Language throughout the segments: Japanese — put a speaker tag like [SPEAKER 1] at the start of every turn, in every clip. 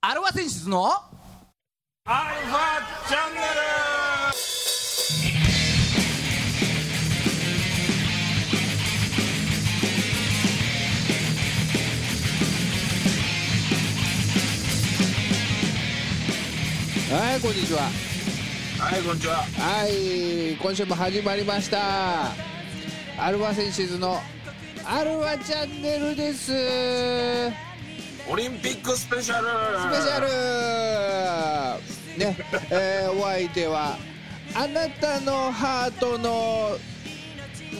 [SPEAKER 1] アルファ選出の
[SPEAKER 2] アルファチャンネル
[SPEAKER 3] はいこんにちは
[SPEAKER 2] はいこんにちは
[SPEAKER 3] はい今週も始まりましたアルファセンシズのアルファチャンネルですスペ
[SPEAKER 2] オリンピックスペシャルス
[SPEAKER 3] シャルね、えーお相手はあなたのハートの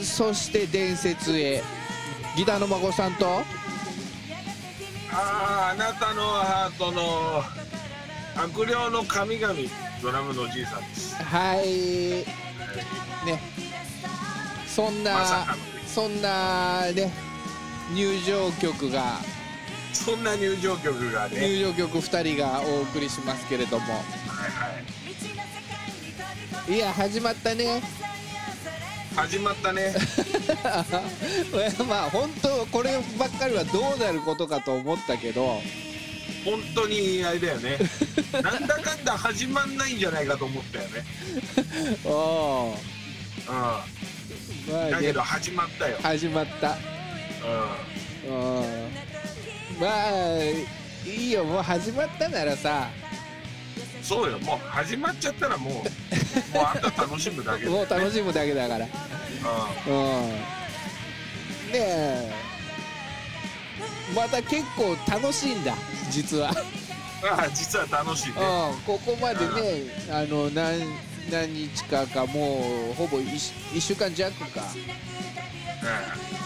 [SPEAKER 3] そして伝説へギターの孫さんと
[SPEAKER 2] あーあなたのハートの悪霊の神々ドラムのおじいさんです
[SPEAKER 3] はいねそんな、
[SPEAKER 2] まさかの
[SPEAKER 3] そんなね入場曲が
[SPEAKER 2] そんな入場曲がね
[SPEAKER 3] 入場曲2人がお送りしますけれども
[SPEAKER 2] はいはい
[SPEAKER 3] いや始まったね
[SPEAKER 2] 始まったね
[SPEAKER 3] まあ本当こればっかりはどうなることかと思ったけど
[SPEAKER 2] 本当にあれだよねなんだかんだ始まんないんじゃないかと思ったよね
[SPEAKER 3] お
[SPEAKER 2] う
[SPEAKER 3] ーま
[SPEAKER 2] ん
[SPEAKER 3] あ
[SPEAKER 2] だ
[SPEAKER 3] ね
[SPEAKER 2] けど始まったよ、
[SPEAKER 3] 始まった
[SPEAKER 2] う
[SPEAKER 3] うんまあいいよもう始まったならさ
[SPEAKER 2] ん、そうよもう始まっちゃったらもうもうあんた楽しむだけだよ
[SPEAKER 3] もう楽しむだけだからうんねえまた結構楽しいんだ実は
[SPEAKER 2] うん、ああ実は楽しいね
[SPEAKER 3] うん、ここまでね、あの何何日かか、もうほぼ 1, 週間弱か、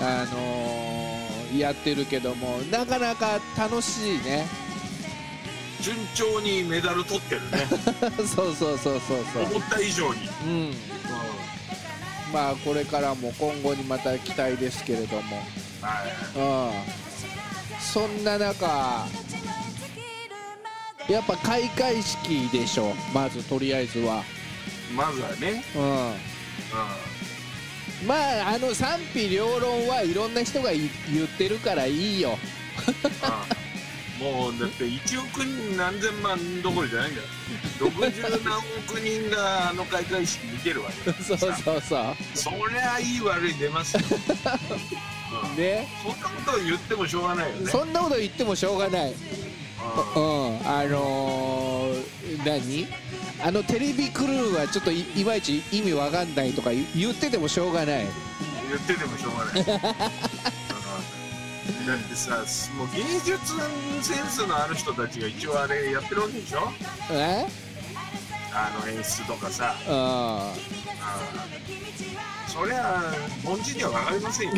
[SPEAKER 3] あのーやってるけども、なかなか楽しいね、
[SPEAKER 2] うん順調にメダル取ってるね
[SPEAKER 3] そうそうそうそう そう、
[SPEAKER 2] 思った以上に、
[SPEAKER 3] うん、まあこれからも今後にまた期待ですけれども、
[SPEAKER 2] はい
[SPEAKER 3] うん、そんな中、やっぱ開会式でしょ、まずとりあえずは。
[SPEAKER 2] まずはね、
[SPEAKER 3] うんまああの賛否両論はいろんな人がい言ってるからい いよ
[SPEAKER 2] うん うん、もうだって1億人何千万どころじゃないんだよ60何億人があの開会式見てるわけ
[SPEAKER 3] そうそうそ
[SPEAKER 2] そりゃいい悪い出ますよ、うん
[SPEAKER 3] う ね
[SPEAKER 2] そんなことを言ってもしょうがないよね。
[SPEAKER 3] そんなこと言ってもしょうがない
[SPEAKER 2] あ
[SPEAKER 3] うんあのー、何あのテレビクルーはちょっといいまいち意味わかんないとか言言っててもしょうがない
[SPEAKER 2] ー言っててもしょうが ない。うんだってさ、もう芸術センスのある人たちが一応あれやってるわけでしょ
[SPEAKER 3] え
[SPEAKER 2] あの演出とかさ。
[SPEAKER 3] うん
[SPEAKER 2] あーそりゃ、凡人には分かりませんよ。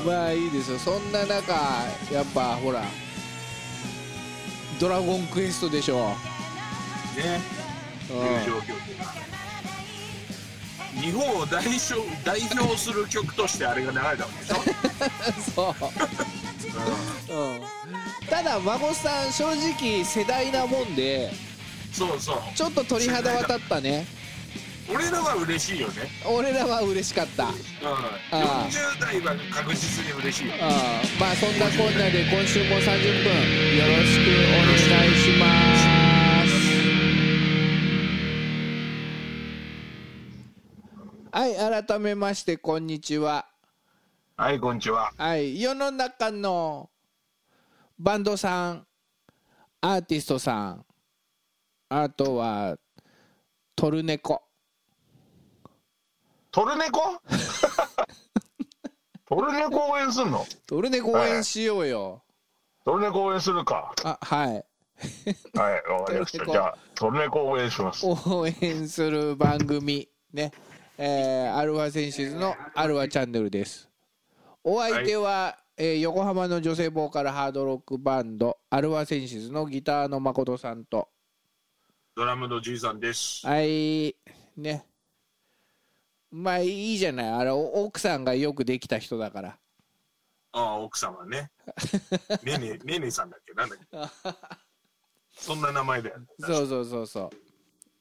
[SPEAKER 2] うん
[SPEAKER 3] まあいいですよそんな中やっぱほら「ドラゴンクエスト」でしょ、
[SPEAKER 2] ね、
[SPEAKER 3] うん
[SPEAKER 2] いう状況で。日本を代表代表する曲としてあれが流れたわけでしょ、
[SPEAKER 3] そう
[SPEAKER 2] う
[SPEAKER 3] うんただ孫さん正直世代なもんで
[SPEAKER 2] ん、そうそう
[SPEAKER 3] ちょっと鳥肌は立ったね
[SPEAKER 2] 俺らは嬉しいよね
[SPEAKER 3] 俺らは嬉しかったあ
[SPEAKER 2] うん
[SPEAKER 3] あ
[SPEAKER 2] 40代は確実に嬉しいよ
[SPEAKER 3] あまあそんなこんなで今週も30分よろしくお願いしますはい改めましてこんにちは
[SPEAKER 2] はいこんにちは
[SPEAKER 3] はい世の中のバンドさんアーティストさんあとはトルネコ
[SPEAKER 2] トルネコ トルネコ応援すんの
[SPEAKER 3] トルネコ応援しようよ
[SPEAKER 2] トルネコ応援するか
[SPEAKER 3] あはい
[SPEAKER 2] はいわかりまし
[SPEAKER 3] トルネ
[SPEAKER 2] た
[SPEAKER 3] コ
[SPEAKER 2] じゃあトルネコ応援します
[SPEAKER 3] 応援する番組ねえーアルファ選手のアルファチャンネルですお相手は、えー横浜の女性ボーカルハードロックバンドアルファセンシズのギターの誠さんと
[SPEAKER 2] ドラムのじいさんです
[SPEAKER 3] はいねまあいいじゃないあれお奥さんがよくできた人だから
[SPEAKER 2] ああ奥様ねね ねねねさんだっけなんだっけ そんな名前だよ
[SPEAKER 3] そうそうそうそ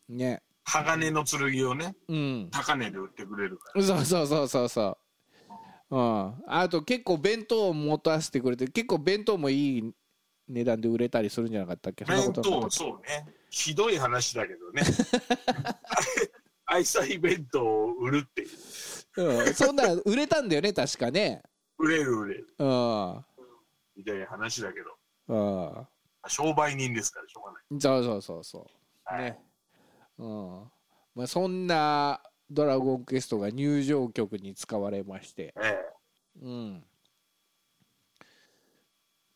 [SPEAKER 3] うね
[SPEAKER 2] 鋼の剣をね
[SPEAKER 3] うん
[SPEAKER 2] 高値で売ってくれるか
[SPEAKER 3] そうそうそうそうそううん、あと結構弁当を持たせてくれて結構弁当もいい値段で売れたりするんじゃなかったっけそんなこ
[SPEAKER 2] 弁
[SPEAKER 3] となか
[SPEAKER 2] 当
[SPEAKER 3] った
[SPEAKER 2] そうねひどい話だけどね 愛妻弁当を売るっていう
[SPEAKER 3] うん、そんなん売れたんだよね確かね
[SPEAKER 2] 売れる売れる
[SPEAKER 3] うん、うん、
[SPEAKER 2] みたいな話だけど
[SPEAKER 3] そ
[SPEAKER 2] 商売人ですからしょうがないう
[SPEAKER 3] そうそうそうねうんまあ、そんな「ドラゴンクエスト」が入場曲に使われまして
[SPEAKER 2] ええ
[SPEAKER 3] うん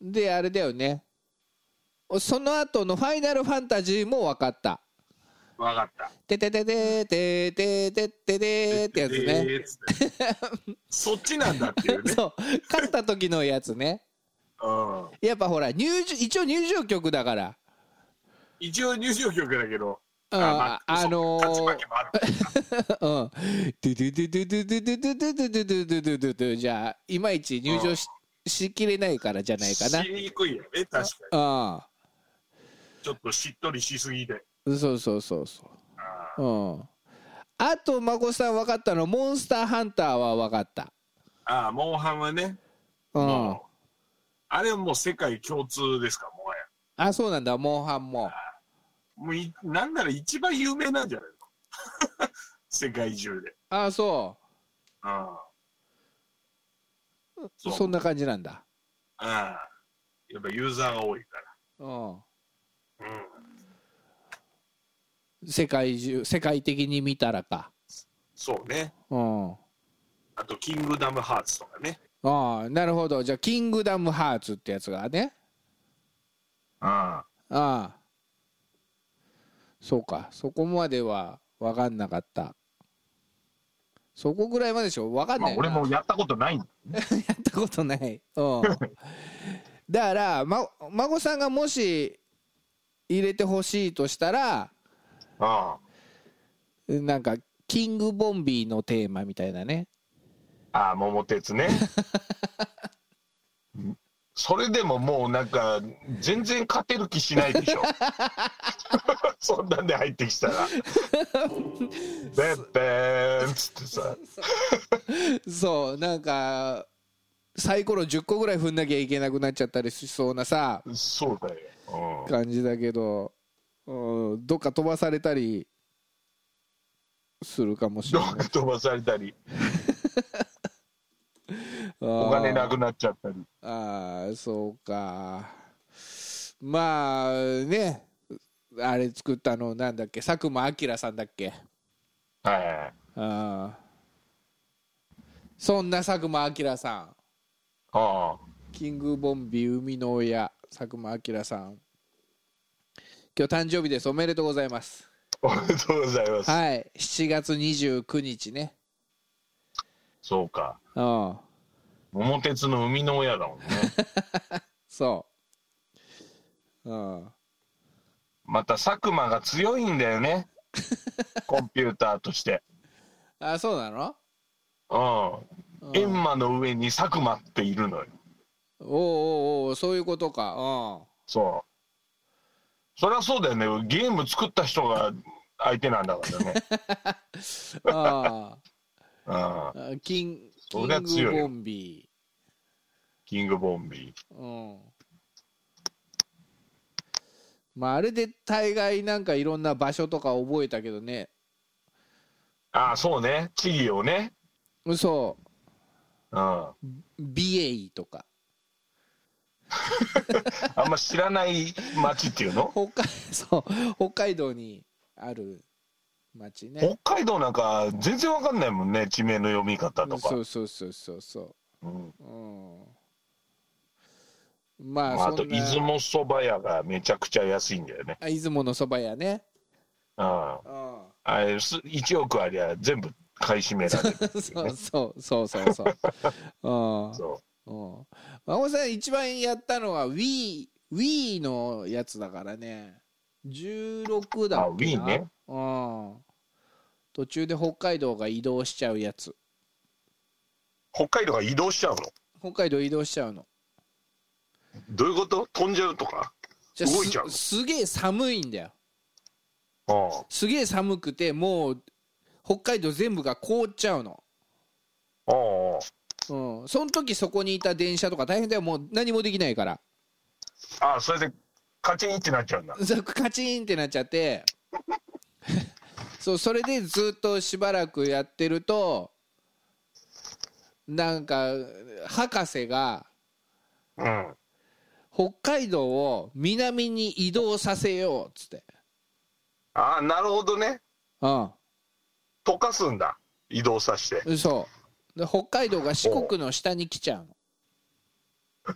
[SPEAKER 3] であれだよねその後の「ファイナルファンタジー」も分かった
[SPEAKER 2] 分かった
[SPEAKER 3] 「ててててててててて」ってやつね
[SPEAKER 2] えーっつってそっちなんだっていう ね
[SPEAKER 3] そう勝った時のやつね
[SPEAKER 2] うん
[SPEAKER 3] やっぱほら入場一応入場曲だから
[SPEAKER 2] 一応入場曲だけど
[SPEAKER 3] うん
[SPEAKER 2] ま
[SPEAKER 3] あのー
[SPEAKER 2] そう勝ち負けもある
[SPEAKER 3] うん「ドゥドゥドゥドゥドゥドゥドゥドゥドゥドゥドゥドゥドゥ」じゃあいまいち入場ししきれないからじゃないかな
[SPEAKER 2] しにくいよね確かに
[SPEAKER 3] あ
[SPEAKER 2] ちょっとしっとりしすぎて
[SPEAKER 3] あそうそうそうそう
[SPEAKER 2] あ
[SPEAKER 3] うん、あと孫さん分かったのモンスターハンターは分かった、
[SPEAKER 2] ああモンハンはね
[SPEAKER 3] うん、
[SPEAKER 2] もうあれはもう世界共通ですからもはや
[SPEAKER 3] あそうなんだモンハンも
[SPEAKER 2] もういなんなら一番有名なんじゃないの 世界中で。
[SPEAKER 3] あそ
[SPEAKER 2] ああ
[SPEAKER 3] う
[SPEAKER 2] そう
[SPEAKER 3] そんな感じなんだ、
[SPEAKER 2] ああやっぱユーザーが多いか
[SPEAKER 3] うん、
[SPEAKER 2] ら。うん、
[SPEAKER 3] 世界中世界的に見たらか、
[SPEAKER 2] そうね。
[SPEAKER 3] うん、あ
[SPEAKER 2] あと、キングダムハーツとかね。
[SPEAKER 3] あなるほどじゃあ「キングダムハーツ」ってやつがね
[SPEAKER 2] ああ
[SPEAKER 3] ああそうかそこまでは分かんなかったそこぐらいまででしょ分かんな
[SPEAKER 2] まあ
[SPEAKER 3] い、な
[SPEAKER 2] 俺もやったことないんだ。
[SPEAKER 3] やったことない。 うん。だから、ま、孫さんがもし入れてほしいとしたら、
[SPEAKER 2] あ
[SPEAKER 3] なんか、キングボンビーのテーマみたいなね。
[SPEAKER 2] あああ、桃鉄ね。 それでももうなんか、全然勝てる気しないでしょ。 そんなんで入ってきたら。べっぺーんつってさ。
[SPEAKER 3] そう、なんか、サイコロ10個ぐらい踏んなきゃいけなくなっちゃったりしそうなさ、
[SPEAKER 2] そうだよ。
[SPEAKER 3] 感じだけど、うん、どっか飛ばされたりするかもし
[SPEAKER 2] ど
[SPEAKER 3] れ
[SPEAKER 2] っ
[SPEAKER 3] ない
[SPEAKER 2] か。飛ばされたり、
[SPEAKER 3] お
[SPEAKER 2] お金なくなっちゃったり。
[SPEAKER 3] ああそうかまあねあれ作ったのなんだっけ佐久間明さんだっけ
[SPEAKER 2] はいはいはい。
[SPEAKER 3] あーそんな佐久間明さん
[SPEAKER 2] あ
[SPEAKER 3] キングボンビ生みの親佐久間明さん今日誕生日ですおめでとうございます
[SPEAKER 2] あ、おめでとうございます。
[SPEAKER 3] はい7月29日ね
[SPEAKER 2] そうか。
[SPEAKER 3] うん
[SPEAKER 2] 桃鉄の生みの親だもんね。
[SPEAKER 3] そううん
[SPEAKER 2] また佐久間が強いんだよね。コンピューターとして。
[SPEAKER 3] あそうなの
[SPEAKER 2] うん。エンマの上に佐久間っているのよ。
[SPEAKER 3] おうおうおうそういうことかうん
[SPEAKER 2] そう。そりゃそうだよね。ゲーム作った人が相手なんだから ね。
[SPEAKER 3] あ
[SPEAKER 2] うん。
[SPEAKER 3] あ、 キン、キ
[SPEAKER 2] そ
[SPEAKER 3] ン
[SPEAKER 2] りゃ強い
[SPEAKER 3] グボ
[SPEAKER 2] よ
[SPEAKER 3] ンビ
[SPEAKER 2] キングボンビ
[SPEAKER 3] ー。うん。まあ、あれで大概なんかいろんな場所とか覚えたけどね。
[SPEAKER 2] ー。ああ、そうね。地理をね。
[SPEAKER 3] 嘘、
[SPEAKER 2] うん。あ
[SPEAKER 3] 美瑛とか。
[SPEAKER 2] んま知らない町っていうの
[SPEAKER 3] 北海、そう、北海道にある町 ね。
[SPEAKER 2] 北海道なんか全然わかんないもんね地名の読み方とか
[SPEAKER 3] そ、うそうそうそうそ
[SPEAKER 2] うん
[SPEAKER 3] う。うん。ま
[SPEAKER 2] ま
[SPEAKER 3] あ、
[SPEAKER 2] あ、あ
[SPEAKER 3] そ
[SPEAKER 2] と
[SPEAKER 3] ん
[SPEAKER 2] 出
[SPEAKER 3] な。
[SPEAKER 2] 雲そば屋がめちゃくちゃ安いんだよね、
[SPEAKER 3] あ出雲のそば屋ね。
[SPEAKER 2] うん、あ
[SPEAKER 3] うん。
[SPEAKER 2] れす1億ありゃ全部買い占め られるってい
[SPEAKER 3] そうう
[SPEAKER 2] ね
[SPEAKER 3] そうそうそうそう。うん。
[SPEAKER 2] そ
[SPEAKER 3] うん孫さん一番やったのは Wii, Wii のやつだからね16だっけな
[SPEAKER 2] あ Wii ね
[SPEAKER 3] うん、途中で北海道が移動しちゃうやつ
[SPEAKER 2] う北海道が移動しちゃうの
[SPEAKER 3] 北海道移動しちゃうの
[SPEAKER 2] どういうこと飛んじゃうとか
[SPEAKER 3] じゃあ
[SPEAKER 2] 動いちゃうの
[SPEAKER 3] すすげえ寒いんだよ
[SPEAKER 2] あ
[SPEAKER 3] すげえ寒くてもう北海道全部が凍っちゃうの
[SPEAKER 2] あああます。
[SPEAKER 3] うん、その時そこにいた電車とか大変だよもう何もできないから
[SPEAKER 2] ああ、それで、カチンってなっちゃうんだ。
[SPEAKER 3] そうカチンってなっちゃって そうそれでずっとしばらくやってるとなんか博士が
[SPEAKER 2] うん。
[SPEAKER 3] 北海道を南に移動させようっつって、
[SPEAKER 2] ああ、なるほどね。
[SPEAKER 3] う
[SPEAKER 2] 溶かすんだ。移動させて。
[SPEAKER 3] ん、そうで北海道が四国の下に来ちゃうの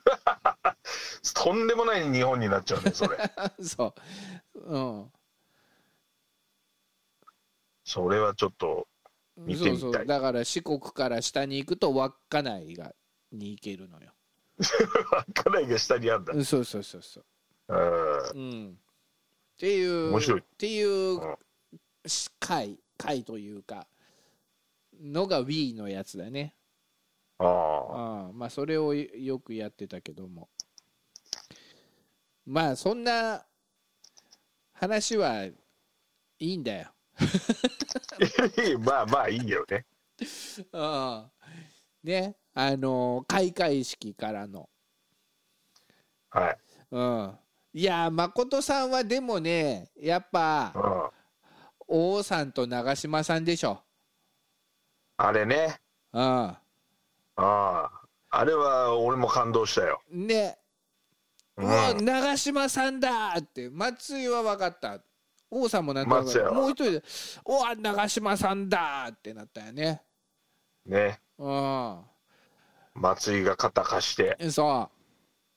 [SPEAKER 2] とんでもない日本になっちゃうね、それ。
[SPEAKER 3] そう、うん、
[SPEAKER 2] それはちょっと、見てみたい
[SPEAKER 3] そうそうだから四国から下に行くと稚内がに行けるのよ
[SPEAKER 2] かなりが下にあるんだ。
[SPEAKER 3] うんそうそうそうそう
[SPEAKER 2] うん。
[SPEAKER 3] うんっていう
[SPEAKER 2] 面白い
[SPEAKER 3] っていう
[SPEAKER 2] うん
[SPEAKER 3] し回回というかのが Wii のやつだね
[SPEAKER 2] ああ。
[SPEAKER 3] ああまあそれをよくやってたけどもまあそんな話はいいんだよ
[SPEAKER 2] まあまあいいよね。
[SPEAKER 3] うんねあの開会式からの
[SPEAKER 2] はい。
[SPEAKER 3] うんいやー誠さんはでもねやっ
[SPEAKER 2] う
[SPEAKER 3] ぱ
[SPEAKER 2] ん。
[SPEAKER 3] 王さんと長嶋さんでしょ
[SPEAKER 2] あれね。
[SPEAKER 3] うん
[SPEAKER 2] ああ。あれは俺も感動したよ。
[SPEAKER 3] ね、う
[SPEAKER 2] うん
[SPEAKER 3] わ長嶋さんだって松井は分かった王さんもなった
[SPEAKER 2] 松井は
[SPEAKER 3] もう一人で「うわ長嶋さんだ!」ってなったよね
[SPEAKER 2] ね。
[SPEAKER 3] う
[SPEAKER 2] 松井が肩貸して。
[SPEAKER 3] んそ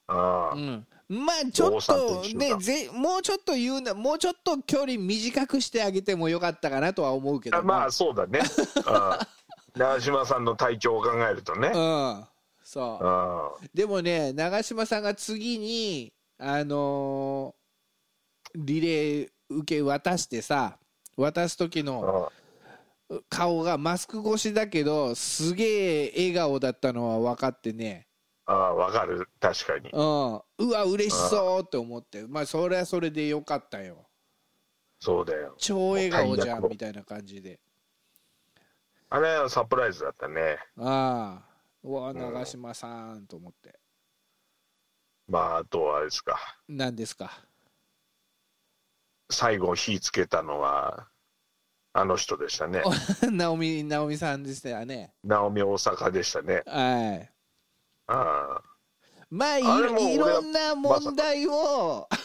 [SPEAKER 2] あ
[SPEAKER 3] う、うん、まあちょ
[SPEAKER 2] 王
[SPEAKER 3] っ
[SPEAKER 2] さんと
[SPEAKER 3] と
[SPEAKER 2] 一緒だ
[SPEAKER 3] ねぜもうちょっと言うなもうちょっと距離短くしてあげてもよかったかなとは思うけ
[SPEAKER 2] あ。
[SPEAKER 3] ど
[SPEAKER 2] まあそうだね。 うん。長嶋さんの体調を考えるとね。
[SPEAKER 3] あうんそう
[SPEAKER 2] うん。
[SPEAKER 3] でもね長嶋さんが次にあのーリレー受け渡してさ渡す時の
[SPEAKER 2] うん
[SPEAKER 3] 顔がマスク越しだけどすげえ笑顔だったのは分かってね、
[SPEAKER 2] ああ、わかる。確かに
[SPEAKER 3] う。ん、うわ嬉しそうって思ってまあそれはそれでよかったよ
[SPEAKER 2] そうだよ。
[SPEAKER 3] 超笑顔じゃ
[SPEAKER 2] も
[SPEAKER 3] ん
[SPEAKER 2] う
[SPEAKER 3] みたいな感じで
[SPEAKER 2] あれはサプライズだったね。
[SPEAKER 3] ああうわ長嶋さんと思って
[SPEAKER 2] まああとはあれですか。
[SPEAKER 3] 何ですか
[SPEAKER 2] 最後火つけたのは、あの人でしたね。
[SPEAKER 3] 直美直美さんでしたよね
[SPEAKER 2] ナオミ大阪でしたね。
[SPEAKER 3] はい
[SPEAKER 2] あ
[SPEAKER 3] まあい
[SPEAKER 2] あれも
[SPEAKER 3] い
[SPEAKER 2] 俺は
[SPEAKER 3] ろんな問題を
[SPEAKER 2] あ。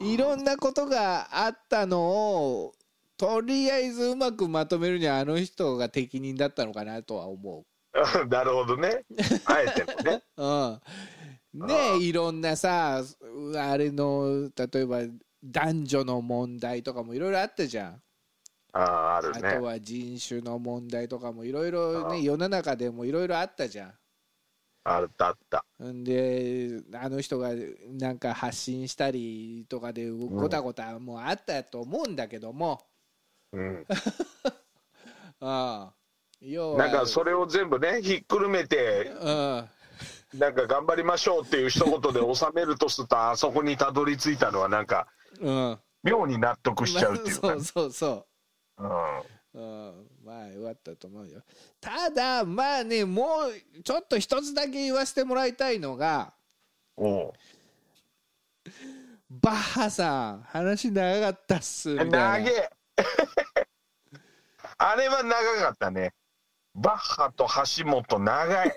[SPEAKER 2] うん。
[SPEAKER 3] いろんなことがあったのをとりあえずうまくまとめるにはあの人が適任だったのかなとは思う
[SPEAKER 2] なるほどね。あえてもね。
[SPEAKER 3] うん、
[SPEAKER 2] あ
[SPEAKER 3] ね
[SPEAKER 2] あ
[SPEAKER 3] いろんなさうあれの例えば男女の問題とかもいろいろあったじゃん、
[SPEAKER 2] ああ、ある
[SPEAKER 3] あ
[SPEAKER 2] ね
[SPEAKER 3] と。は人種の問題とかもいろいろ
[SPEAKER 2] ああ
[SPEAKER 3] ね世の中でもいろいろあったじゃ
[SPEAKER 2] あったあった。
[SPEAKER 3] んんであの人がなんか発信したりとかでごたごたもあったと思うんだけども、
[SPEAKER 2] うん。
[SPEAKER 3] うん、要は
[SPEAKER 2] なんかそれを全部ね、ひっくるめて、
[SPEAKER 3] うん
[SPEAKER 2] なんか頑張りましょうっていう一言で収めるとすると、あそこにたどり着いたのはなんか、
[SPEAKER 3] うん、
[SPEAKER 2] 妙に納得しちゃうっていうか。
[SPEAKER 3] そうそうそう
[SPEAKER 2] うん。
[SPEAKER 3] うん、まあよかったと思うよただまあねもうちょっと一つだけ言わせてもらいたいのが
[SPEAKER 2] おう
[SPEAKER 3] バッハさん話長かったっすみたい
[SPEAKER 2] 長
[SPEAKER 3] な
[SPEAKER 2] え あれは長かったねバッハと橋本長い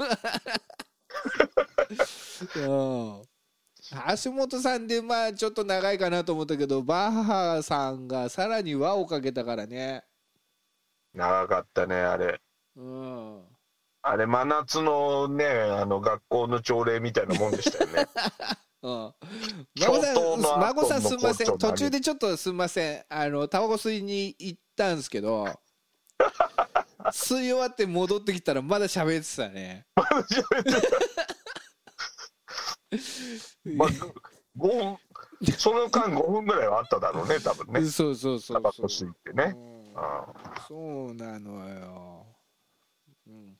[SPEAKER 3] うん、橋本さんでまあちょっと長いかなと思ったけどバッハさんがさらに輪をかけたからね
[SPEAKER 2] 長かったねあれ
[SPEAKER 3] うん
[SPEAKER 2] あれ真夏のねあの学校の朝礼みたいなもんでした よね
[SPEAKER 3] うん孫さ
[SPEAKER 2] 教
[SPEAKER 3] ん
[SPEAKER 2] 頭の後
[SPEAKER 3] 孫さんすんませ
[SPEAKER 2] の校長
[SPEAKER 3] ん途中でちょっとすんませんあのタバコ吸いに行ったんですけ ど吸い終わって戻ってきたらまだ喋ってたね
[SPEAKER 2] まあごご分その間5分ぐらいはあっただろうね多分ね
[SPEAKER 3] そうそうそ
[SPEAKER 2] タ
[SPEAKER 3] う
[SPEAKER 2] バコ
[SPEAKER 3] そう
[SPEAKER 2] 吸いってね
[SPEAKER 3] うん
[SPEAKER 2] あ
[SPEAKER 3] そうなのよ、うん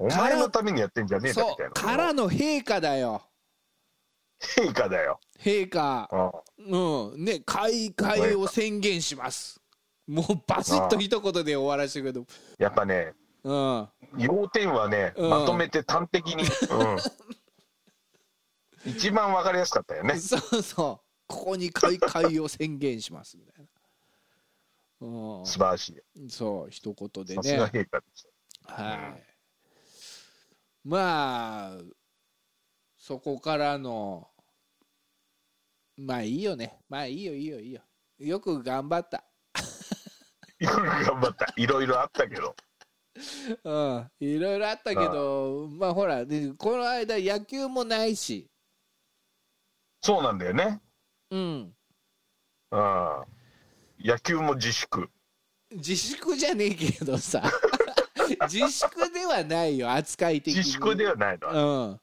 [SPEAKER 2] お前のためにやってんじゃねえかみ
[SPEAKER 3] そ
[SPEAKER 2] たいうな
[SPEAKER 3] からの陛下だよ
[SPEAKER 2] 陛下だよ、
[SPEAKER 3] 陛下
[SPEAKER 2] うん
[SPEAKER 3] うんね開会を宣言しますもうバシッと一言で終わらせてくれど
[SPEAKER 2] やっぱね
[SPEAKER 3] うん
[SPEAKER 2] 要点はね、
[SPEAKER 3] うん
[SPEAKER 2] まとめて端的に、うん、一番わかりやすかったよね
[SPEAKER 3] そうそうここに開会を宣言しますみたいなう
[SPEAKER 2] 素晴らしい
[SPEAKER 3] んそう一言で
[SPEAKER 2] さすが
[SPEAKER 3] ね
[SPEAKER 2] 陛下でし
[SPEAKER 3] はいまあそこからのまあいいよねまあいいよいいよいいよよく頑張った
[SPEAKER 2] たよく頑張ったいろいろあったけど
[SPEAKER 3] うんいろいろあったけどまあほらでこの間野球もないし
[SPEAKER 2] そうなんだよね
[SPEAKER 3] うん
[SPEAKER 2] うん野球も自粛
[SPEAKER 3] 自粛じゃねえけどさ 自粛ではないよ扱い的に
[SPEAKER 2] 自粛ではないの、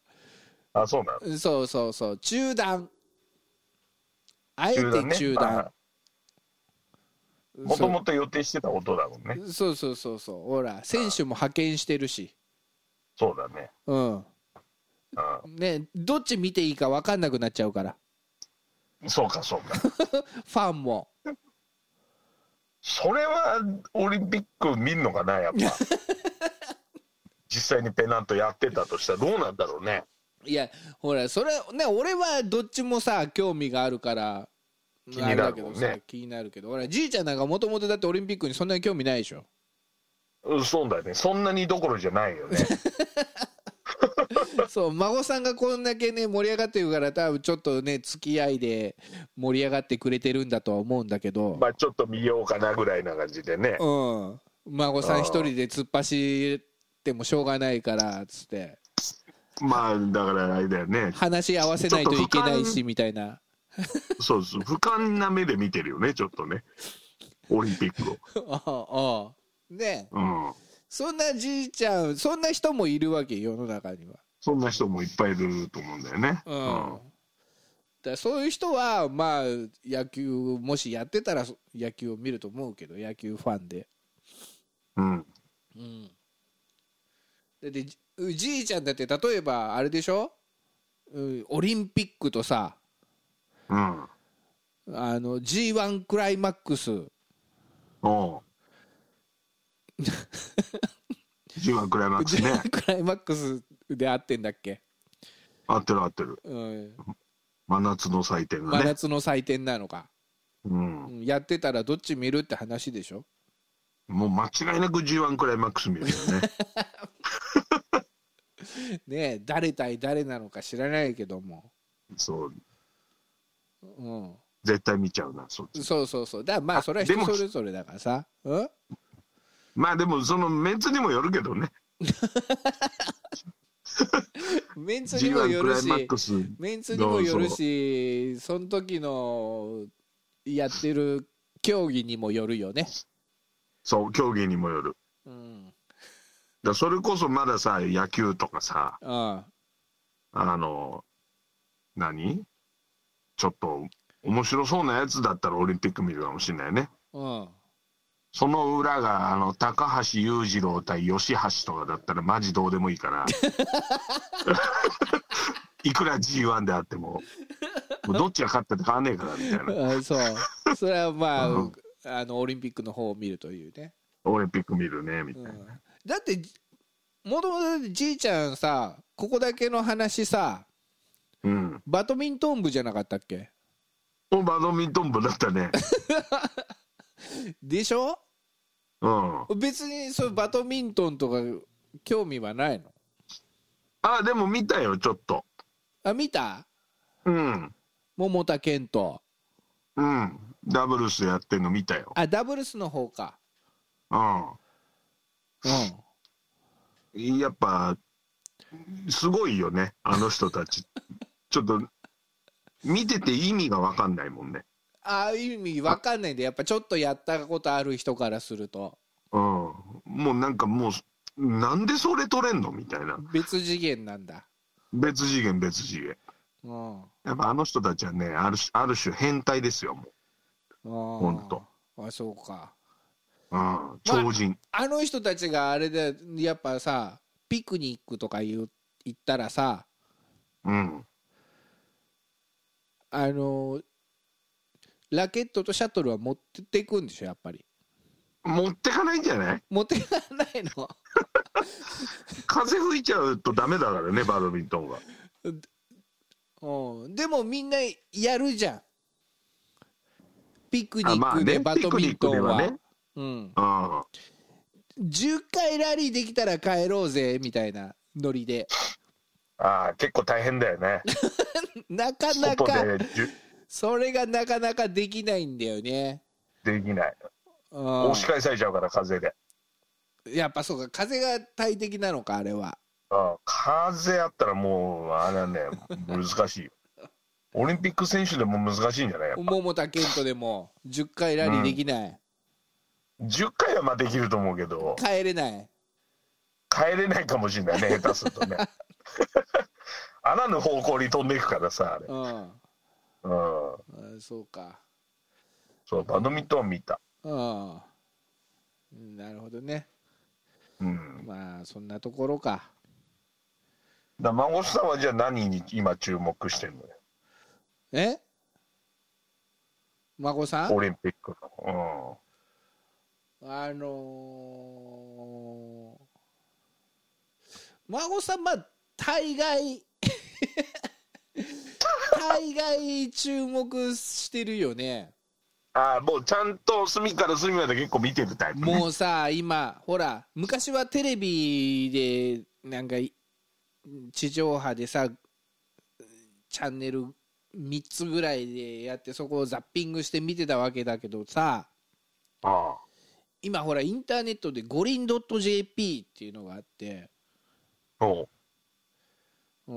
[SPEAKER 2] あそうなの
[SPEAKER 3] うんそうそうそう中断あえて
[SPEAKER 2] 中断ね
[SPEAKER 3] 中断
[SPEAKER 2] もともと予定してたことだもんね
[SPEAKER 3] そうそうそうそうほら選手も派遣してるし
[SPEAKER 2] そうだね
[SPEAKER 3] うん
[SPEAKER 2] う
[SPEAKER 3] ねどっち見ていいか分かんなくなっちゃうから
[SPEAKER 2] んそうかそうか
[SPEAKER 3] ファンも
[SPEAKER 2] それはオリンピック見んのかな やっぱ実際にペナントやってたとしたらどうなんだろうね
[SPEAKER 3] いやほらそれね俺はどっちもさ興味があるから
[SPEAKER 2] 気になるも
[SPEAKER 3] あれだ
[SPEAKER 2] んね
[SPEAKER 3] けどさ気になるけどほらじいちゃんなんかもともとだってオリンピックにそんなに興味ないでしょ
[SPEAKER 2] うんそうだねそんなにどころじゃないよね
[SPEAKER 3] そう孫さんがこんだけね盛り上がってるから多分ちょっとね付き合いで盛り上がってくれてるんだとは思うんだけど、
[SPEAKER 2] まあちょっと見ようかなぐらいな感じでね
[SPEAKER 3] うん、孫さん一人で突っ走ってもしょうがないからっつって
[SPEAKER 2] まあだからあれだよね
[SPEAKER 3] 話し合わせないといけないしみたいな
[SPEAKER 2] そうそう俯瞰な目で見てるよねちょっとねオリンピックを
[SPEAKER 3] ああねえ
[SPEAKER 2] うん
[SPEAKER 3] そんなじいちゃんそんな人もいるわけ世の中には、
[SPEAKER 2] そんな人もいっぱいいると思うんだよね
[SPEAKER 3] うんだからそういう人はまあ野球もしやってたらそ野球を見ると思うけど野球ファンで
[SPEAKER 2] うん、うん
[SPEAKER 3] うんだってじじいちゃんだって例えばあれでしょ、うん、オリンピックとさ
[SPEAKER 2] うん
[SPEAKER 3] あの G1 クライマックス
[SPEAKER 2] おう G1 クライマックスね
[SPEAKER 3] G1 クライマックスで合ってんだっけ、
[SPEAKER 2] 合ってる合ってる
[SPEAKER 3] うん、
[SPEAKER 2] 真夏の祭典が
[SPEAKER 3] 真
[SPEAKER 2] ね、
[SPEAKER 3] 夏の祭典なのか、
[SPEAKER 2] うん
[SPEAKER 3] う、んやってたらどっち見るって話でしょ
[SPEAKER 2] もう間違いなく G1 クライマックス見るよね
[SPEAKER 3] ねえ誰対誰なのか知らないけども、
[SPEAKER 2] そう
[SPEAKER 3] う
[SPEAKER 2] 絶対見ちゃうなそっち
[SPEAKER 3] ん、そうそうそうだからまあそれは
[SPEAKER 2] で
[SPEAKER 3] 人
[SPEAKER 2] も
[SPEAKER 3] それぞれだからさ、うん、
[SPEAKER 2] まあでもそのメンツにもよるけどね
[SPEAKER 3] メンツにも
[SPEAKER 2] G1
[SPEAKER 3] よ
[SPEAKER 2] ク
[SPEAKER 3] る
[SPEAKER 2] ライ
[SPEAKER 3] し
[SPEAKER 2] マックス
[SPEAKER 3] メンツにもよるしその時のやってる競技にもよるよね、
[SPEAKER 2] そう競技にもよる
[SPEAKER 3] うん
[SPEAKER 2] だからそれこそまださ野球とかさ
[SPEAKER 3] うん、
[SPEAKER 2] あの何ちょっと面白そうなやつだったらオリンピック見るかもしれないね
[SPEAKER 3] うん
[SPEAKER 2] その裏があの高橋裕次郎対吉橋とかだったらマジどうでもいいから いくら G1 であってももうどっちが勝ったって変わんねえからみたいな
[SPEAKER 3] あそうそれはまあ,、
[SPEAKER 2] うん
[SPEAKER 3] あのオリンピックの方を見るというね、
[SPEAKER 2] オリンピック見るねみた
[SPEAKER 3] う
[SPEAKER 2] い
[SPEAKER 3] ん
[SPEAKER 2] な、、
[SPEAKER 3] だってもともとじいちゃんさここだけの話さ
[SPEAKER 2] うん、
[SPEAKER 3] バドミントン部じゃなかったっけ
[SPEAKER 2] おバドミントン部だったね
[SPEAKER 3] でしょ
[SPEAKER 2] うん
[SPEAKER 3] 別にそうバドミントンとか興味はないの
[SPEAKER 2] あでも見たよちょっと
[SPEAKER 3] あ見た
[SPEAKER 2] うん
[SPEAKER 3] 桃田賢斗
[SPEAKER 2] うんダブルスやってんの見たよ
[SPEAKER 3] あダブルスの方か
[SPEAKER 2] う
[SPEAKER 3] うん
[SPEAKER 2] やっぱすごいよねあの人たちちょっと見てて意味が分かんないもんね
[SPEAKER 3] んああいう意味わかんないんでやっぱちょっとやったことある人からすると
[SPEAKER 2] うんもうなんかもうなんでそれ取れんのみたいな
[SPEAKER 3] 別次元なんだ
[SPEAKER 2] 別次元別次元
[SPEAKER 3] うんうん
[SPEAKER 2] やっぱあの人たちはねある種ある種変態ですよもほんと
[SPEAKER 3] あそうか
[SPEAKER 2] う、うん、超人、
[SPEAKER 3] あの人たちがあれでやっぱさピクニックとか言う行ったらさ
[SPEAKER 2] うん
[SPEAKER 3] あのラケットとシャトルは持ってっていくんでしょやっぱり
[SPEAKER 2] 持ってかないんじゃない
[SPEAKER 3] 持ってかないの
[SPEAKER 2] 風吹いちゃうとダメだからねバドミントンが
[SPEAKER 3] うん、でもみんなやるじゃんピクニ
[SPEAKER 2] あま
[SPEAKER 3] ッ
[SPEAKER 2] あ
[SPEAKER 3] クで
[SPEAKER 2] ね
[SPEAKER 3] バドミントンは,、
[SPEAKER 2] ピクニックではね
[SPEAKER 3] うん、
[SPEAKER 2] うん
[SPEAKER 3] 10回ラリーできたら帰ろうぜみたいなノリで
[SPEAKER 2] ああ結構大変だよね
[SPEAKER 3] なかな
[SPEAKER 2] 外
[SPEAKER 3] か
[SPEAKER 2] でじゅ
[SPEAKER 3] それがなかなかできないんだよね、
[SPEAKER 2] できない
[SPEAKER 3] うん
[SPEAKER 2] 押、し返されちゃうから風で、
[SPEAKER 3] やっぱそうか風が大敵なのかあれは
[SPEAKER 2] うん、風あったらもうあれはね難 しいよオリンピック選手でも難しいんじゃないやっぱ
[SPEAKER 3] 桃田賢斗でも10回ラリーできない、
[SPEAKER 2] 10回はまあできると思うけど
[SPEAKER 3] 帰れない
[SPEAKER 2] 帰れないかもしれないね下手す るとね穴の方向に飛んでいくからさあれ、うん、
[SPEAKER 3] うん
[SPEAKER 2] そ
[SPEAKER 3] あそうか
[SPEAKER 2] うバドミントンは見た
[SPEAKER 3] うんうんなるほどね
[SPEAKER 2] うん
[SPEAKER 3] まあそんなところか
[SPEAKER 2] だから孫さんはじゃあ何に今注目してるのよ
[SPEAKER 3] え孫さん
[SPEAKER 2] オリンピックの
[SPEAKER 3] あのー、孫さんまあ大概大概注目してるよね
[SPEAKER 2] うんああもうちゃんと隅から隅まで結構見てるタイプ、ね、
[SPEAKER 3] もうさ今ほら昔はテレビでなんかい地上波でさチャンネル3つぐらいでやってそこをザッピングして見てたわけだけどさ
[SPEAKER 2] あ
[SPEAKER 3] 今ほらインターネットで五輪 .jp っていうのがあって、
[SPEAKER 2] あおう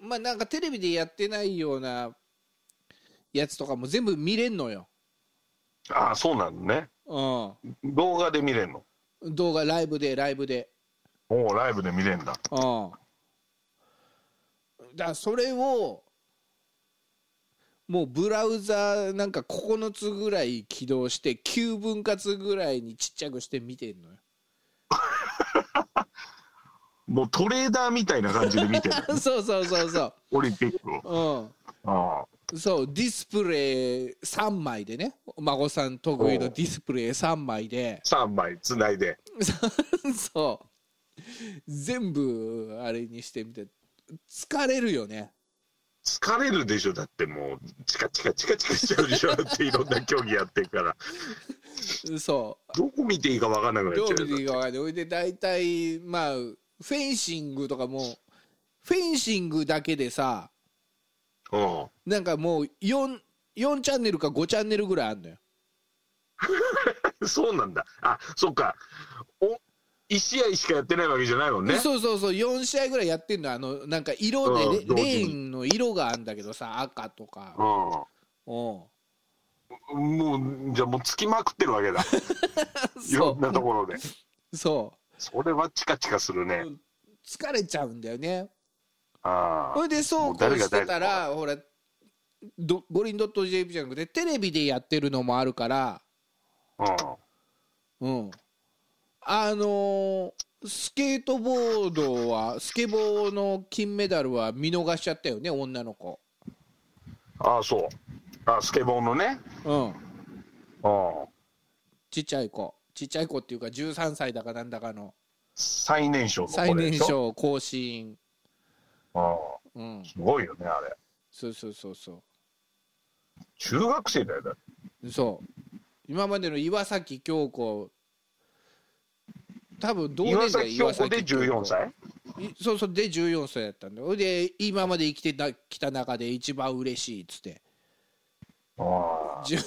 [SPEAKER 3] うん、まあなんかテレビでやってないようなやつとかも全部見れんのよ、
[SPEAKER 2] ああそうなのね
[SPEAKER 3] う
[SPEAKER 2] 動画で見れるの
[SPEAKER 3] ん、動画ライブでライブで、
[SPEAKER 2] おおライブで見れるんだ
[SPEAKER 3] うん、だからそれをもうブラウザーなんか9つぐらい起動して9分割ぐらいにちっちゃくして見てんのよ
[SPEAKER 2] もうトレーダーみたいな感じで見 てる
[SPEAKER 3] そうそうそうそ
[SPEAKER 2] オリンピックを
[SPEAKER 3] ううん
[SPEAKER 2] あ
[SPEAKER 3] そうディスプレイ3枚でね孫さん得意のディスプレイ3枚 で
[SPEAKER 2] あ3枚つないで
[SPEAKER 3] そう全部あれにしてみて疲れるよね
[SPEAKER 2] 疲れるでしょだってもうチカチカチカチカしちゃうでしょだっていろんな競技やってるから
[SPEAKER 3] そ
[SPEAKER 2] どこ見ていいか分かんなく
[SPEAKER 3] う
[SPEAKER 2] なっ
[SPEAKER 3] どう
[SPEAKER 2] ちゃう
[SPEAKER 3] 見ていい
[SPEAKER 2] よ
[SPEAKER 3] か分かんないおいで大体まあフェンシングとかもフェンシングだけでさ
[SPEAKER 2] うん
[SPEAKER 3] なんかもう 4, 4チャンネルか5チャンネルぐらいあるのよ
[SPEAKER 2] そうなんだ。あ、そっか。お、一試合しかやってないわけじゃないもんね。
[SPEAKER 3] そうそうそう4試合ぐらいやってんのあのなんか色で、
[SPEAKER 2] うん同
[SPEAKER 3] レ
[SPEAKER 2] 時
[SPEAKER 3] レ
[SPEAKER 2] に
[SPEAKER 3] ーンの色があるんだけどさ赤とかうん
[SPEAKER 2] うん。もう、じゃあもうつきまくってるわ けだ。いろ
[SPEAKER 3] そ
[SPEAKER 2] んなところで。
[SPEAKER 3] うそ
[SPEAKER 2] それはチカチカするね。
[SPEAKER 3] うんう疲れちゃうんだよね
[SPEAKER 2] あ
[SPEAKER 3] それでそう
[SPEAKER 2] もう
[SPEAKER 3] こう
[SPEAKER 2] 誰が
[SPEAKER 3] してた
[SPEAKER 2] 誰
[SPEAKER 3] らほらど五輪 .jp じゃなくてテレビでやってるのもあるから
[SPEAKER 2] あ。うん。
[SPEAKER 3] うんあのースケートボードはスケボーの金メダルは見逃しちゃったよね女の子
[SPEAKER 2] ああ、そう。あ、スケボーのね。
[SPEAKER 3] うん
[SPEAKER 2] うん。
[SPEAKER 3] ちっちゃい子ちっちゃい子っていうか13歳だかなんだかの
[SPEAKER 2] 最年少の
[SPEAKER 3] 最
[SPEAKER 2] これ
[SPEAKER 3] 年
[SPEAKER 2] でしょ。
[SPEAKER 3] 少更新
[SPEAKER 2] うん。
[SPEAKER 3] うん
[SPEAKER 2] すごいよね、あれ。
[SPEAKER 3] そうそうそうそ
[SPEAKER 2] 中学生だよ、だって
[SPEAKER 3] うそう今までの岩崎恭子多分同年
[SPEAKER 2] 岩
[SPEAKER 3] 代
[SPEAKER 2] 崎京子で14歳
[SPEAKER 3] いそうそうで14歳だったんだよで今まで生きてなきた中で一番嬉しいっつって
[SPEAKER 2] あ
[SPEAKER 3] じゅ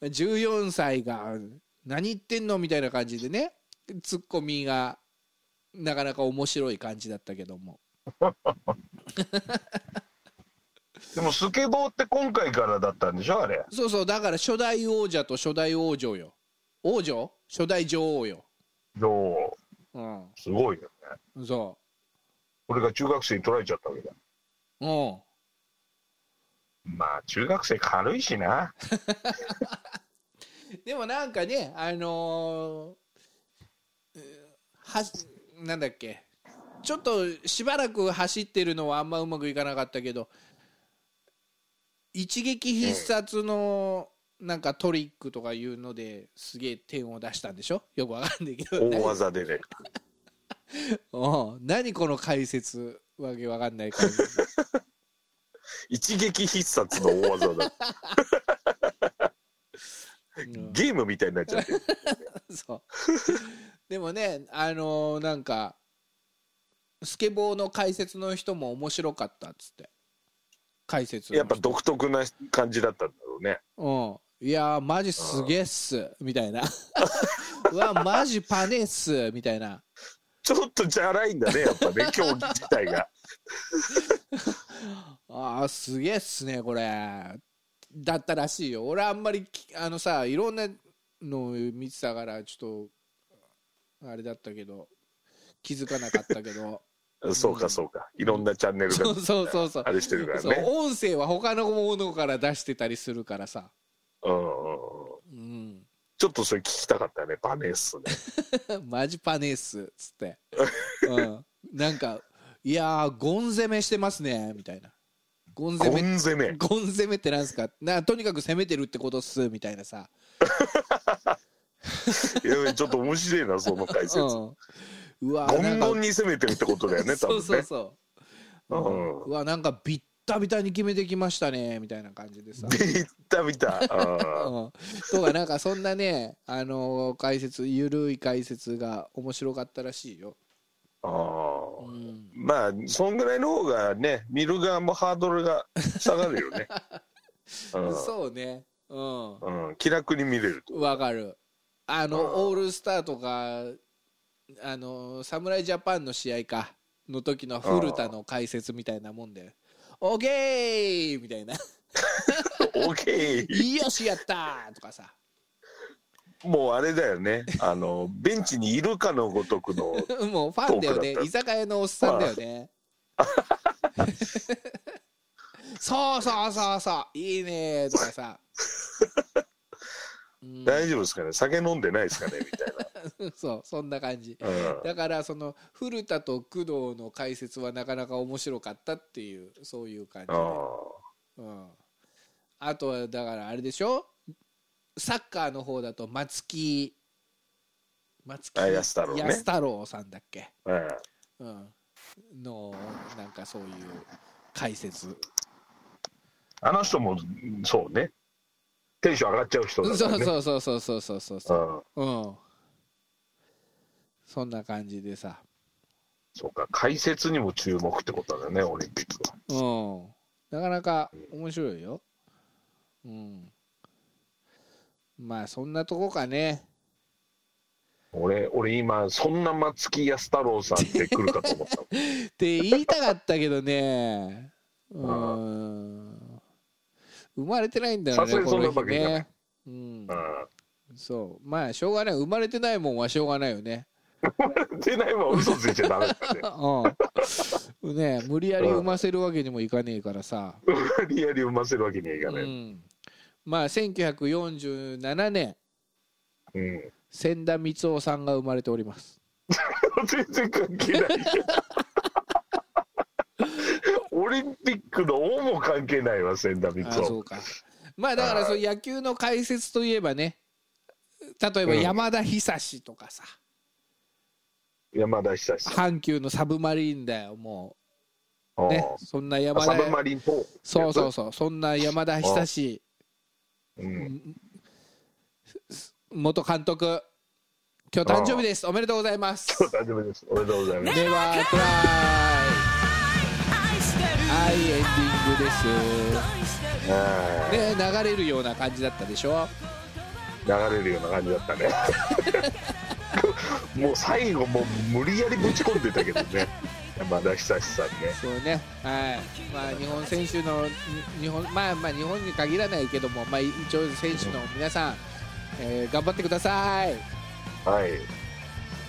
[SPEAKER 3] 14歳が何言ってんのみたいな感じでねツッコミがなかなか面白い感じだったけども
[SPEAKER 2] あ。でもスケボーって今回からだったんでしょ、あれ。
[SPEAKER 3] そうそうだから初代王者と初代王女よ王女初代女王よ
[SPEAKER 2] 女王。
[SPEAKER 3] うん
[SPEAKER 2] すごいよね。
[SPEAKER 3] そ
[SPEAKER 2] 俺が中学生に取られちゃったわけだ
[SPEAKER 3] ううん
[SPEAKER 2] まあ中学生軽いしな
[SPEAKER 3] でもなんかね、あのーはなんだっけ、ちょっとしばらく走ってるのはあんまうまくいかなかったけど、一撃必殺のなんかトリックとかいうのですげえ点を出したんでしょよくわかんないけど、
[SPEAKER 2] 大技でね
[SPEAKER 3] うん何この解説わけわかんない感じ
[SPEAKER 2] 一撃必殺の大技 だ
[SPEAKER 3] うん
[SPEAKER 2] ゲームみたいになっちゃってる
[SPEAKER 3] そうでもねあのーなんかスケボーの解説の人も面白かったっつって解説の
[SPEAKER 2] やっ
[SPEAKER 3] 人
[SPEAKER 2] ぱ独特な感じだったんだろうね
[SPEAKER 3] うんいやーマジすげえっすみたい なうわマジパネっすみたいな
[SPEAKER 2] ちょっとじゃらいんだねやっ ぱね競技自体が
[SPEAKER 3] ああすげえっすねこれだったらしいよ俺あんまりきあのさいろんなのを見てたからちょっとあれだったけど気づかなかったけ ど
[SPEAKER 2] そうかそうかいろんなチャンネルが
[SPEAKER 3] そうそうそうそう
[SPEAKER 2] あれしてるから
[SPEAKER 3] そう
[SPEAKER 2] ね
[SPEAKER 3] 音声は他のものから出してたりするからさ、
[SPEAKER 2] うんうんうん
[SPEAKER 3] うん、
[SPEAKER 2] ちょっとそれ聞きたかったねバネっすね
[SPEAKER 3] マジパネースっつって、うん、なんかいやーゴン攻めしてますねみたいなゴン
[SPEAKER 2] ゴ
[SPEAKER 3] 攻め
[SPEAKER 2] ン攻め
[SPEAKER 3] ゴン攻めってなんすかなとにかく攻めてるってことっすみたいなさ、
[SPEAKER 2] いやちょっと面白いなその解説ゴ
[SPEAKER 3] うん、うわ
[SPEAKER 2] ン
[SPEAKER 3] なん
[SPEAKER 2] ゴ
[SPEAKER 3] か
[SPEAKER 2] ンに攻めてるってことだよね多
[SPEAKER 3] そう
[SPEAKER 2] 分
[SPEAKER 3] そう
[SPEAKER 2] ね
[SPEAKER 3] そう、
[SPEAKER 2] う
[SPEAKER 3] うん
[SPEAKER 2] ん
[SPEAKER 3] うわなんかビッタビタに決めてきましたねみたいな感じでさ
[SPEAKER 2] ビッタビタうん
[SPEAKER 3] うんとかなんかそんなね、あの解説ゆるい解説が面白かったらしいよ、
[SPEAKER 2] あー
[SPEAKER 3] うん、
[SPEAKER 2] まあそんぐらいの方がね見る側もハードルが下がる よね、う
[SPEAKER 3] そうねうん
[SPEAKER 2] んうん、気楽に見れると
[SPEAKER 3] わかるあの
[SPEAKER 2] あー
[SPEAKER 3] オールスターとかあの侍ジャパンの試合かの時の古田の解説みたいなもんで「オーケー!」 みたいな「
[SPEAKER 2] OK
[SPEAKER 3] よしやった!」とかさ
[SPEAKER 2] もうあれだよねあのベンチにいるかのごとくの
[SPEAKER 3] もうファンだよね
[SPEAKER 2] トークだった
[SPEAKER 3] 居酒屋のおっさんだよね そうそうそうそういいねとか さ、うん
[SPEAKER 2] 大丈夫ですかね酒飲んでないですかねみたい
[SPEAKER 3] そうそんな感じ
[SPEAKER 2] な、 うん、
[SPEAKER 3] だからその古田と工藤の解説はなかなか面白かったっていうそういう感じで
[SPEAKER 2] あ
[SPEAKER 3] うん、あとはだからあれでしょサッカーの方だと松木松木
[SPEAKER 2] あ安太郎ね
[SPEAKER 3] 安太郎さんだっけ
[SPEAKER 2] あ、うん
[SPEAKER 3] うん、のなんかそういう解説
[SPEAKER 2] あの人もそうねテンション上がっちゃう人
[SPEAKER 3] そう
[SPEAKER 2] だか
[SPEAKER 3] そ
[SPEAKER 2] ら
[SPEAKER 3] う
[SPEAKER 2] ね
[SPEAKER 3] そうそうそうそうそうそう
[SPEAKER 2] うん、
[SPEAKER 3] うんそんな感じでさ
[SPEAKER 2] そうか解説にも注目ってことだねオリンピックは
[SPEAKER 3] うんなかなか面白いようんまあそんなとこかね
[SPEAKER 2] 俺俺今そんな松木安太郎さんって来るかと思ったもん
[SPEAKER 3] って言いたかったけどねうん生まれてないんだよね
[SPEAKER 2] さすがに
[SPEAKER 3] こ
[SPEAKER 2] そんな
[SPEAKER 3] の
[SPEAKER 2] わ
[SPEAKER 3] 人
[SPEAKER 2] けいかな
[SPEAKER 3] ね
[SPEAKER 2] い
[SPEAKER 3] うん
[SPEAKER 2] うん
[SPEAKER 3] そうまあしょうがない生まれてないもんはしょうがないよね
[SPEAKER 2] 出ないわ嘘ついちゃダメだね
[SPEAKER 3] うん、ね無理やり産ませるわけにもいかねえからさ、
[SPEAKER 2] 無理やり産ませるわけにはいか
[SPEAKER 3] う
[SPEAKER 2] ない、うん
[SPEAKER 3] ん、まあ1947年千田光雄さんが生まれております
[SPEAKER 2] 全然関係ないオリンピックの王も関係ないわ千田光
[SPEAKER 3] あそ
[SPEAKER 2] 雄
[SPEAKER 3] うかまあだから
[SPEAKER 2] はい
[SPEAKER 3] そう野球の解説といえばね例えば
[SPEAKER 2] うん
[SPEAKER 3] 山田久志とかさ
[SPEAKER 2] 山田久志さん
[SPEAKER 3] 阪急のサブマリンだよもうね
[SPEAKER 2] ああ
[SPEAKER 3] そんな山
[SPEAKER 2] サ
[SPEAKER 3] 田
[SPEAKER 2] ブマリン4
[SPEAKER 3] そうそうそうそんな山田久志
[SPEAKER 2] うん、
[SPEAKER 3] 元監督今日誕生日ですおめでとうございます
[SPEAKER 2] 大丈夫ですおめでとうございます
[SPEAKER 3] ではクライはいエンディング
[SPEAKER 2] あ
[SPEAKER 3] ですね流れるような感じだったでしょ
[SPEAKER 2] あ流れるような感じだっ たねもう最後もう無理やりぶち込んでたけどね山田久志さんね
[SPEAKER 3] そうねはいまあ日本選手のに日本まあまあ日本に限らないけどもまあ一応選手の皆さん、えー頑張ってください
[SPEAKER 2] はい。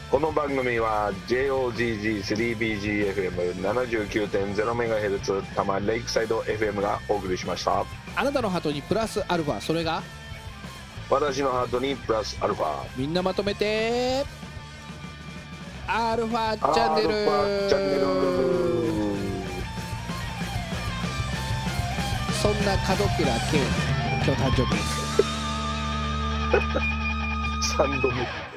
[SPEAKER 2] この番組は JOGG3BGFM79.0MHz 多摩レイクサイド FM がお送りしました。
[SPEAKER 3] あなたのハートにプラスアルファそれが
[SPEAKER 2] 私のハートにプラスアルファ。
[SPEAKER 3] みんなまとめてアルファチャンネル
[SPEAKER 2] アルファチャンネル。
[SPEAKER 3] そんな門倉健今日誕生日です
[SPEAKER 2] サンドミック。